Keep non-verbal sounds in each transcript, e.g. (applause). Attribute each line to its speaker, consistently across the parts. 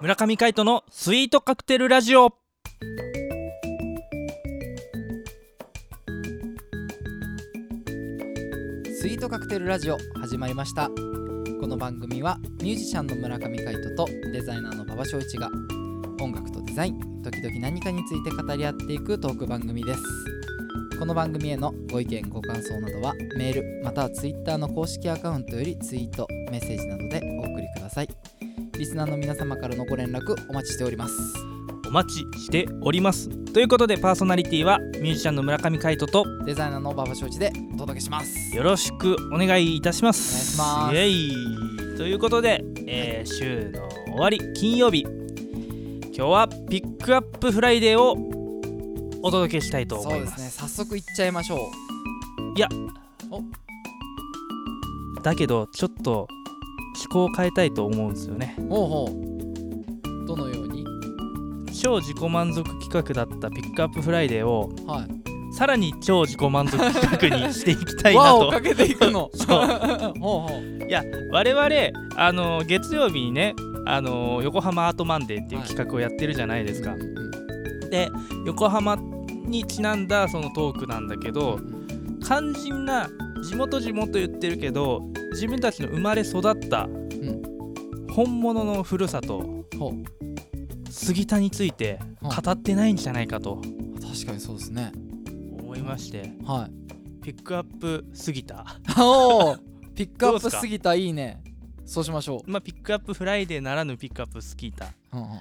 Speaker 1: 村上海人のスイートカクテルラジオ
Speaker 2: スイートカクテルラジオ始まりましたこの番組はミュージシャンの村上海人とデザイナーの馬場翔一が音楽とデザイン時々何かについて語り合っていくトーク番組ですこの番組へのご意見ご感想などはメールまたはツイッターの公式アカウントよりツイートメッセージなどでお送りくださいリスナーの皆様からのご連絡お待ちしております
Speaker 1: お待ちしておりますということでパーソナリティはミュージシャンの村上海人と
Speaker 2: デザイナーの馬場翔一でお届けします
Speaker 1: よろしくお願いいたします
Speaker 2: お願
Speaker 1: イエイということで、えー週の終わり金曜日今日はピックアップフライデーをお届けしたいと
Speaker 2: そ
Speaker 1: 思
Speaker 2: う
Speaker 1: い
Speaker 2: で
Speaker 1: ます
Speaker 2: すね早速いっちゃいましょ
Speaker 1: だけどちょっと趣向を変えたいと思うんですよね
Speaker 2: うほうほうどのように
Speaker 1: 超自己満足企画だったピックアップフライデーを
Speaker 2: はい
Speaker 1: さらに超自己満足企画にしていきたいな
Speaker 2: 輪
Speaker 1: と
Speaker 2: をかけていくの
Speaker 1: そう
Speaker 2: (laughs) ほうほう
Speaker 1: いや我々あの月曜日にねあの横浜アートマンデーっていう企画をやってるじゃないですか、
Speaker 2: うんうん
Speaker 1: で横浜にちなんだそのトークなんだけど肝心な地元地元言ってるけど自分たちの生まれ育った
Speaker 2: ん
Speaker 1: 本物のふるさと
Speaker 2: ほう
Speaker 1: 杉田について語ってないんじゃないかと
Speaker 2: 確かにそうですね
Speaker 1: 思いまして
Speaker 2: はい
Speaker 1: ピックアップ杉田
Speaker 2: おおピックア
Speaker 1: どう
Speaker 2: ッ
Speaker 1: す
Speaker 2: プ
Speaker 1: か
Speaker 2: すぎたいいねそうしましょ
Speaker 1: まあピックアップフライデーならぬピックアップスキータ、
Speaker 2: う、うんう
Speaker 1: う
Speaker 2: ん、
Speaker 1: ん、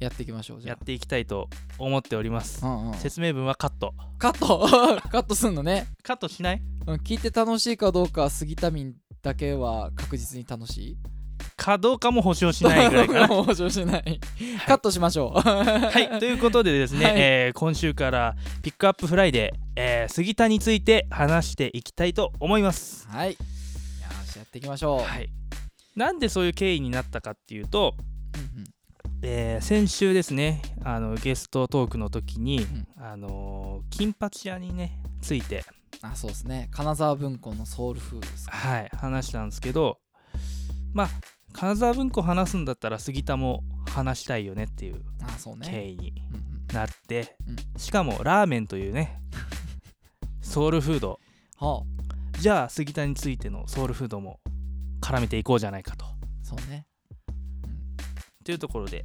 Speaker 2: やっていきましょうじ
Speaker 1: やっ
Speaker 2: ゃ
Speaker 1: ていきたいと思っております
Speaker 2: あ、うんうん、
Speaker 1: 説明文はカット
Speaker 2: カット (laughs) カットすんのね、
Speaker 1: カットしない
Speaker 2: うん、聞いて楽しいかどうか杉田民だけは確実に楽しい
Speaker 1: かどうかも保証しないぐらいかな
Speaker 2: (laughs) もう面白しないカットしましょう (laughs)
Speaker 1: はい、ということでですね、
Speaker 2: はい
Speaker 1: えー今週からピックアップフライデー、えー杉田について話していきたいと思います。
Speaker 2: はいよしやっていきましょう、
Speaker 1: はい、なんでそういう経緯になったかっていうと、
Speaker 2: うんうん
Speaker 1: えー先週ですねあのゲストトークの時に、あのー金八屋にねついて、
Speaker 2: あそうですね金沢文庫のソウルフードですか
Speaker 1: はい、話したんですけどまあ金沢文庫話すんだったら杉田も話したいよねっていう
Speaker 2: あそうね、
Speaker 1: 経緯に
Speaker 2: うんうん、
Speaker 1: なって、
Speaker 2: うん
Speaker 1: しかもラーメンというねソウルフード
Speaker 2: はあ
Speaker 1: じゃあ杉田についてのソウルフードも絡めていこうじゃないかと。
Speaker 2: そうね
Speaker 1: というところで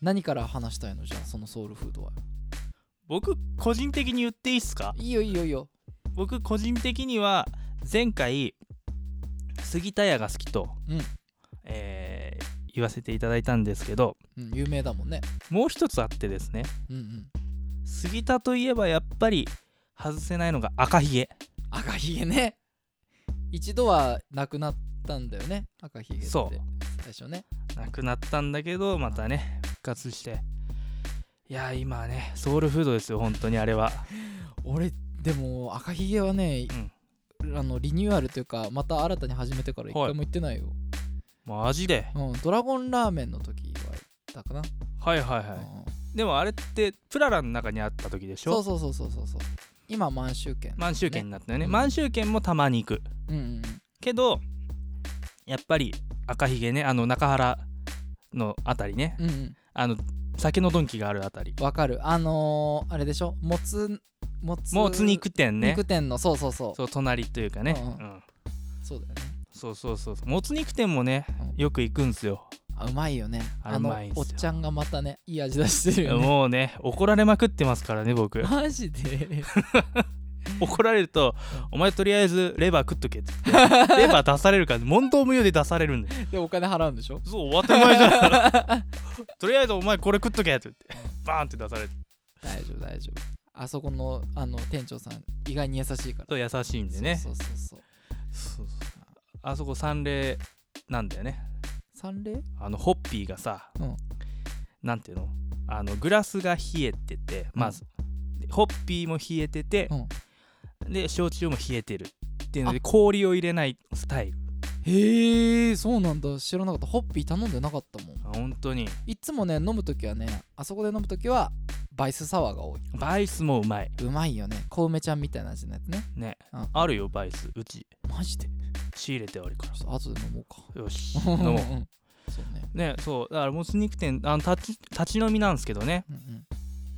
Speaker 2: 何から話したいのじゃあそのソウルフードは
Speaker 1: 僕個人的に言っていいっすか
Speaker 2: いいよいいよいいよ
Speaker 1: 僕個人的には前回杉田屋が好きと、
Speaker 2: うん
Speaker 1: えー言わせていただいたんですけど
Speaker 2: うん有名だもんね
Speaker 1: もう一つあってですね
Speaker 2: うんうん
Speaker 1: 杉田といえばやっぱり外せないのが赤ひげ
Speaker 2: 赤ひげね一度はなくなったんだよね赤ひげって
Speaker 1: そう
Speaker 2: 最初ね
Speaker 1: なくなったんだけどまたね復活していやー今はねソウルフードですよ本当にあれは
Speaker 2: 俺でも赤ひげはね、あのリニューアルというかまた新たに始めてから一
Speaker 1: はい
Speaker 2: 回も行ってないよ、
Speaker 1: マジで
Speaker 2: うん、ドラゴンラーメンの時は行ったかな、
Speaker 1: はいはいはい、
Speaker 2: うん
Speaker 1: でもあれってプララの中にあった時でしょ
Speaker 2: そうそうそうそうそうそう今満州圏
Speaker 1: 満州圏になったよね
Speaker 2: うん
Speaker 1: 満州圏もたまに行く
Speaker 2: うんうん
Speaker 1: けどやっぱり赤ひげねあの中原のあたりね
Speaker 2: うんうん
Speaker 1: あの酒の鈍器があるあたり
Speaker 2: わかるあのー、あれでしょもつもつ
Speaker 1: もつ肉店ね
Speaker 2: 肉店のそうそうそう
Speaker 1: そう隣というかね、う
Speaker 2: う
Speaker 1: んん
Speaker 2: うんそうだよね
Speaker 1: そうそうそうそうもつ肉店もね
Speaker 2: うん
Speaker 1: よく行くんすよ
Speaker 2: あうまいよね
Speaker 1: あ
Speaker 2: あ
Speaker 1: う
Speaker 2: の
Speaker 1: まいんす
Speaker 2: お
Speaker 1: よ
Speaker 2: っちゃんがまたねいい味出してるよね
Speaker 1: もうね怒られまくってますからね僕
Speaker 2: (laughs) マジで
Speaker 1: 怒られると
Speaker 2: うん
Speaker 1: 「お前とりあえずレバー食っとけ」 (laughs) って言ってレバー出されるから問答無用で出されるんだよ
Speaker 2: でお金払うんでしょ
Speaker 1: そう当たり前じゃん (laughs) とりあえずお前これ食っとけって言ってバーンって出されて
Speaker 2: 大丈夫大丈夫あそこのあの店長さん意外に優しいから
Speaker 1: そう優しいんでね
Speaker 2: そうそうそうそ
Speaker 1: そ
Speaker 2: う
Speaker 1: うそうあそこ三例なんだよね
Speaker 2: 三礼
Speaker 1: あのホッピーがさ、
Speaker 2: うん
Speaker 1: なんていうのあのグラスが冷えててまず、でホッピーも冷えてて、で焼酎も冷えてるっていうので氷を入れないスタイル
Speaker 2: へえそうなんだ知らなかったホッピー頼んでなかったもん
Speaker 1: あ本当に
Speaker 2: いつもね飲む時はねあそこで飲む時はバイスサワーが多い
Speaker 1: バイスもうまいう
Speaker 2: まいよね小梅ちゃんみたいな味のやつね
Speaker 1: ね
Speaker 2: うん
Speaker 1: あるよバイスうち
Speaker 2: マジで
Speaker 1: 仕入れてあるか
Speaker 2: ちょっと後で飲もうから
Speaker 1: よし飲もう
Speaker 2: うん (laughs) そうね
Speaker 1: ねそうだからもつ肉店あの立ち立ち飲みなんですけどね
Speaker 2: うんうん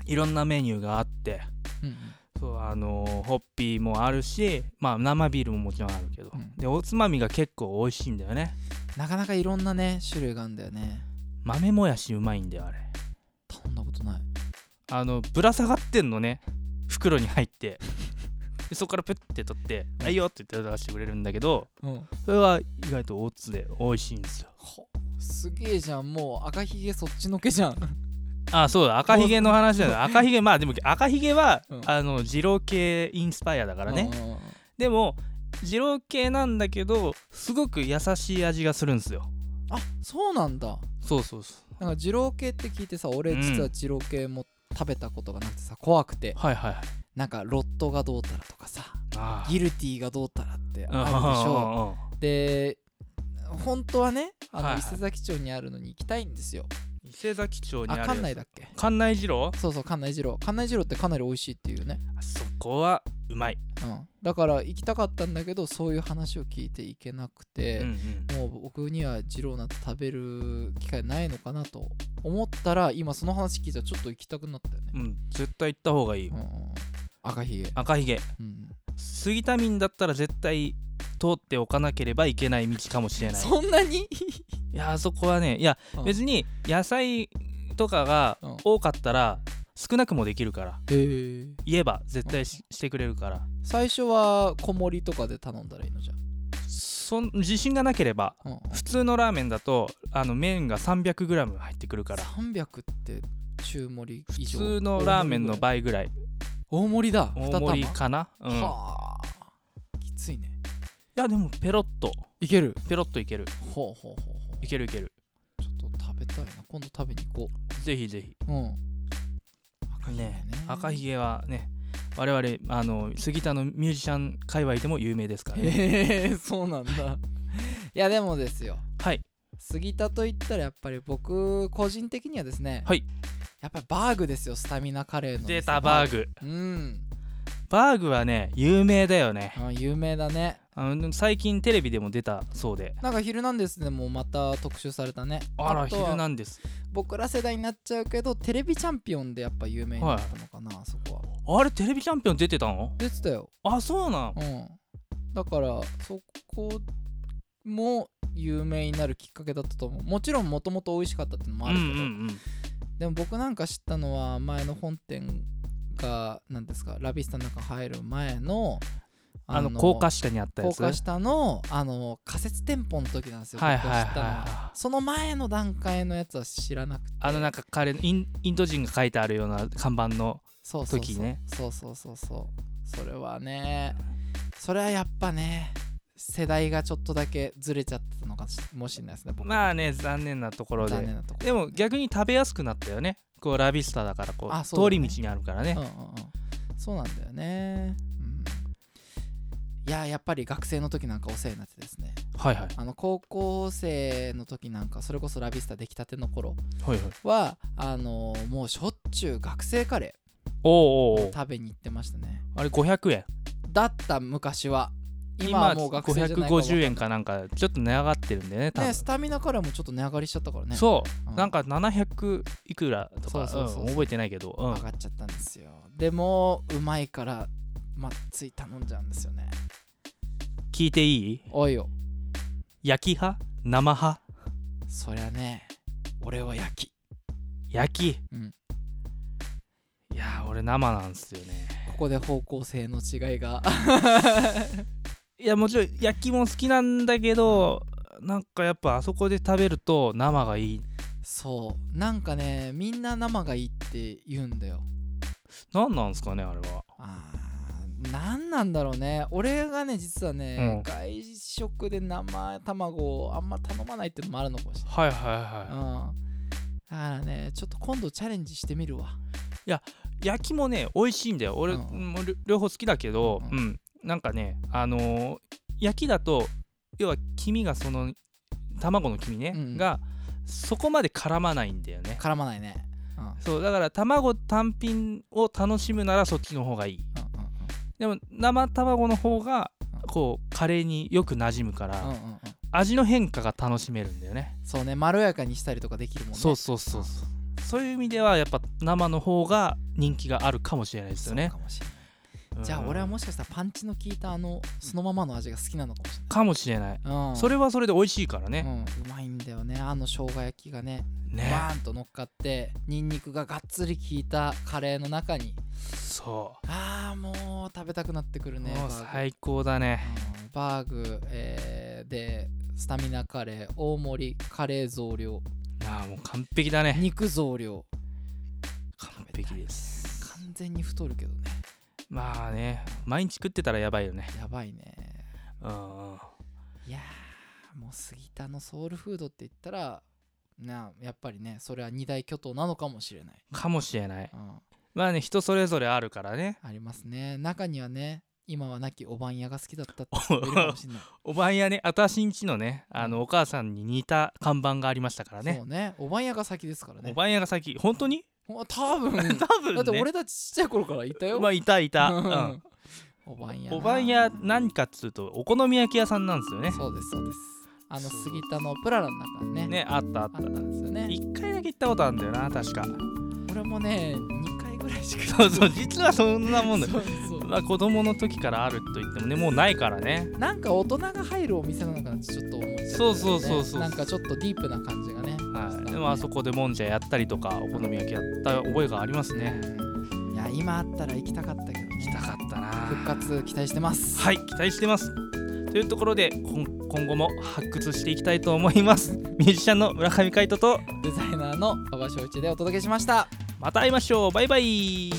Speaker 1: いろんなメニューがあって
Speaker 2: うん
Speaker 1: そうあのーホッピーもあるしまあ生ビールももちろんあるけど、
Speaker 2: うん
Speaker 1: でおつまみが結構美味しいんだよね
Speaker 2: なかなかいろんなね種類があるんだよね
Speaker 1: 豆もやしうまいんだよあれ
Speaker 2: 頼んだことない
Speaker 1: あのぶら下がってんのね袋に入ってでそこからプッて取って「あいいよ」って言って出してくれるんだけど
Speaker 2: うん
Speaker 1: それは意外とオーツで美味しいんですよ
Speaker 2: すげえじゃんもう赤ひげそっちのけじゃん
Speaker 1: あそうだ赤ひげの話だよ (laughs) 赤ひげまあでも赤ひげは、
Speaker 2: うん
Speaker 1: あの二郎系インスパイアだからね、
Speaker 2: うんうんうん
Speaker 1: でも二郎系なんだけどすごく優しい味がするんですよ
Speaker 2: あそうなんだ
Speaker 1: そうそうそ
Speaker 2: なんか二郎系って聞いてさ俺
Speaker 1: うん
Speaker 2: 実は二郎系も食べたことがなくてさ怖くて
Speaker 1: うはいはいはい
Speaker 2: なんかロットがどうたらとかさ
Speaker 1: あ
Speaker 2: ギルティがどうたらって
Speaker 1: あ
Speaker 2: あるでしょ
Speaker 1: うんうんうんうん
Speaker 2: で本当はねあ
Speaker 1: はい
Speaker 2: の
Speaker 1: はい
Speaker 2: 伊勢崎町にあるのに行きたいんですよ、
Speaker 1: 伊勢崎町にある
Speaker 2: あ館内だっけ
Speaker 1: 館内二郎
Speaker 2: そうそう館内二郎館内二郎ってかなり美味しいっていうね、
Speaker 1: あそこはうまい、
Speaker 2: うん、だから行きたかったんだけどそういう話を聞いて行けなくて、
Speaker 1: うんうん
Speaker 2: もう僕には二郎なんて食べる機会ないのかなと思ったら今その話聞いたらちょっと行きたくなったよね、
Speaker 1: うん、絶対行った方がいい、
Speaker 2: うんうん、赤ひげ、
Speaker 1: 赤ひげ (laughs)
Speaker 2: うん、
Speaker 1: 杉田民だったら絶対通っておかなければいけない道かもしれない
Speaker 2: そんなに
Speaker 1: いやあそこはねいや、
Speaker 2: うん
Speaker 1: 別に野菜とかが
Speaker 2: うん
Speaker 1: 多かったら少なくもできるから
Speaker 2: へえ
Speaker 1: 言えば絶対し,、てくれるから
Speaker 2: 最初は小盛りとかで頼んだらいいのじゃ
Speaker 1: そん自信がなければ
Speaker 2: あ、うんうん、
Speaker 1: 普通のラーメンだとあの麺が 300g 入ってくるから
Speaker 2: 300って中盛り以
Speaker 1: 普
Speaker 2: 上
Speaker 1: 通のラーメンの倍ぐらい
Speaker 2: 大盛りだ
Speaker 1: 大
Speaker 2: 二玉
Speaker 1: 盛りかな、うん、い
Speaker 2: はあきついね
Speaker 1: やでもペロッと
Speaker 2: いける
Speaker 1: ペロッといける
Speaker 2: ほうほうほうほう
Speaker 1: いけるいける
Speaker 2: ちょっと食べたいな今度食べに行こ
Speaker 1: ぜひぜひ
Speaker 2: ううん赤ひげ
Speaker 1: ね赤ひげはね我々あの杉田のミュージシャン界隈でも有名ですからね
Speaker 2: (laughs) へえそうなんだいやでもですよ
Speaker 1: はい
Speaker 2: 杉田といったらやっぱり僕個人的にはですね
Speaker 1: はい
Speaker 2: やっぱりバーグですよスタミナカレーの
Speaker 1: 出たバー
Speaker 2: グ
Speaker 1: グ
Speaker 2: うん
Speaker 1: バーグはね有名だよね
Speaker 2: あ有名だね
Speaker 1: あの最近テレビでも出たそうで
Speaker 2: なんか「ヒルナンデス」でもまた特集されたね
Speaker 1: あら「
Speaker 2: と
Speaker 1: ヒ
Speaker 2: は
Speaker 1: ルナンデス
Speaker 2: 僕ら世代になっちゃうけどテレビチャンピオンでやっぱ有名になったのかな、そこは」
Speaker 1: あれテレビチャンピオン出てたの
Speaker 2: 出てたよ
Speaker 1: あそうなん
Speaker 2: うんだからそこも有名になるきっかけだったと思うもちろんもともと美味しかったっていうのもあ
Speaker 1: う
Speaker 2: る
Speaker 1: ん
Speaker 2: け
Speaker 1: う
Speaker 2: ど、
Speaker 1: んうん
Speaker 2: でも僕なんか知ったのは前の本店が何ですか「ラビスタ」の中入る前の
Speaker 1: あの高架下にあったや
Speaker 2: 高
Speaker 1: つ
Speaker 2: 架下のあの仮設店舗の時なんですよ、
Speaker 1: はいはいはい
Speaker 2: 僕が知ったのはその前の段階のやつは知らなくて
Speaker 1: あのなんか彼インインド人が書いてあるような看板の
Speaker 2: そうそうそう
Speaker 1: 時ね
Speaker 2: そうそうそうそうそれはねそれはやっぱね世代がちょっとだけずれちゃったのかもしれないですね僕
Speaker 1: まあね残念なところ
Speaker 2: 残
Speaker 1: で
Speaker 2: 念なとこ
Speaker 1: でも逆に食べやすくなったよねこうラビスタだからこう
Speaker 2: あそう
Speaker 1: 通
Speaker 2: だね
Speaker 1: り道にあるからね
Speaker 2: うんうんうんそうなんだよねうんいややっぱり学生の時なんかお世話になってですね
Speaker 1: はいはい
Speaker 2: あの高校生の時なんかそれこそ「ラビスタ」出来たての頃
Speaker 1: はいはい
Speaker 2: はあのもうしょっちゅう学生カレ
Speaker 1: おうおうお
Speaker 2: ー
Speaker 1: う
Speaker 2: 食べに行ってましたね
Speaker 1: あれ500円
Speaker 2: だった昔は今はもう学生じゃないから
Speaker 1: 550円かなんかちょっと値上がってるんでね多分
Speaker 2: ね、スタミナカレーもちょっと値上がりしちゃったからね
Speaker 1: そう、
Speaker 2: うん
Speaker 1: なんか700いくらとか
Speaker 2: そうそうそうそう
Speaker 1: うん覚えてないけど、うん
Speaker 2: 上がっちゃったんですよでもうまいからまっつい頼んじゃうんですよね
Speaker 1: 聞いていい
Speaker 2: おいよ
Speaker 1: 焼き派生派
Speaker 2: そりゃね俺は焼き
Speaker 1: 焼き、
Speaker 2: うん
Speaker 1: いやー俺生なんですよね
Speaker 2: ここで方向性の違いが (laughs)
Speaker 1: いやもちろん焼きも好きなんだけどなんかやっぱあそこで食べると生がいい
Speaker 2: そうなんかねみんな生がいいって言うんだよ
Speaker 1: なんなんですかねあれは
Speaker 2: あーなんなんだろうね俺がね実は
Speaker 1: う
Speaker 2: ね、
Speaker 1: ん
Speaker 2: 外食で生卵をあんま頼まないってのもあるのかもしれ
Speaker 1: はいはい
Speaker 2: ない、
Speaker 1: は
Speaker 2: うん、だからねちょっと今度チャレンジしてみるわ
Speaker 1: い焼きもね美味しいんだよ俺、
Speaker 2: うん
Speaker 1: もう両両方好きだけど
Speaker 2: う
Speaker 1: うんん、なんかねあのー焼きだと要は黄身がその卵の黄身ね、
Speaker 2: うん
Speaker 1: がそこまで絡まないんだよね
Speaker 2: 絡まないねうんうん
Speaker 1: そうだから卵単品を楽しむならそっちの方がいい
Speaker 2: うんうん
Speaker 1: でも生卵の方がこうカレーによく馴染むから、
Speaker 2: うんうんうん、
Speaker 1: 味の変化が楽しめるんだよね
Speaker 2: そうねまろやかにしたりとかできるもんね
Speaker 1: そうそうそうそうそういう意味ではやっぱ生の方が人気があるかもしれないですよね
Speaker 2: そうかもしれないじゃあ
Speaker 1: うん
Speaker 2: 俺はもしかしたらパンチの効いたあのそのままの味が好きなのかもし
Speaker 1: かもしれない、
Speaker 2: れない、うん、
Speaker 1: それはそれで美味しいから
Speaker 2: う
Speaker 1: ね、
Speaker 2: ん、うまいんだよねあの生姜焼きがね
Speaker 1: ね
Speaker 2: バーンと乗っかってニンニクががっつり効いたカレーの中に
Speaker 1: そ
Speaker 2: あーもう食べたくなってくる
Speaker 1: う、
Speaker 2: ね
Speaker 1: もう
Speaker 2: バーグ
Speaker 1: 最高だね
Speaker 2: うんバーグ、えーでスタミナカレー大盛りカレー増量
Speaker 1: ああもう完璧だね
Speaker 2: 肉増量
Speaker 1: 完璧です
Speaker 2: 完全に太るけどね
Speaker 1: まあね毎日食ってたらやばいよね
Speaker 2: やばいね
Speaker 1: うんうん
Speaker 2: いやーもう杉田のソウルフードって言ったらなあやっぱりねそれは二大巨頭なのかもしれない、
Speaker 1: かもしれない
Speaker 2: うん、
Speaker 1: まあね人それぞれあるからね
Speaker 2: ありますね中にはね今はなきおばん屋が好きだったって言ってるか
Speaker 1: (laughs)
Speaker 2: もしれない
Speaker 1: おばんやね私んちのねあのお母さんに似た看板がありましたからね
Speaker 2: そうねおばん屋が先ですからね
Speaker 1: おばんやが先本当に
Speaker 2: ほん多
Speaker 1: (laughs)
Speaker 2: 分
Speaker 1: 多分、ね、
Speaker 2: だって俺たちちっちゃい頃からいたよ、
Speaker 1: まあいたい
Speaker 2: (laughs)
Speaker 1: た、う
Speaker 2: うん
Speaker 1: ん、
Speaker 2: おばんやな
Speaker 1: おばんや何かっつうとお好み焼き屋さんなんですよね
Speaker 2: そうですそうですあの
Speaker 1: そう
Speaker 2: 杉田のプララの中にね
Speaker 1: ねあったあっ
Speaker 2: あ
Speaker 1: た
Speaker 2: ったんですよね
Speaker 1: 一回だけ行ったことあるんだよな確か
Speaker 2: 俺もね2回ぐらいしか
Speaker 1: そうそう実はそんなもんだよ
Speaker 2: そうそう
Speaker 1: まあ子供の時からあると言ってもねもうないからね
Speaker 2: なんか大人が入るお店なのかなってちょっと思っちゃった、ね、
Speaker 1: そうそうそうそう
Speaker 2: なんかちょっとディープな感じがね、
Speaker 1: はい、でもあそこでもんじゃやったりとかお好み焼きやった覚えがありますね
Speaker 2: うんいや今あったら行きたかったけどね
Speaker 1: 行きたかったな
Speaker 2: 復活期待してます
Speaker 1: はい期待してますというところでこん今後も発掘していきたいと思いますミュージシャンの村上海人と
Speaker 2: デザイナーの馬場翔一でお届けしました
Speaker 1: また会いましょうバイバイ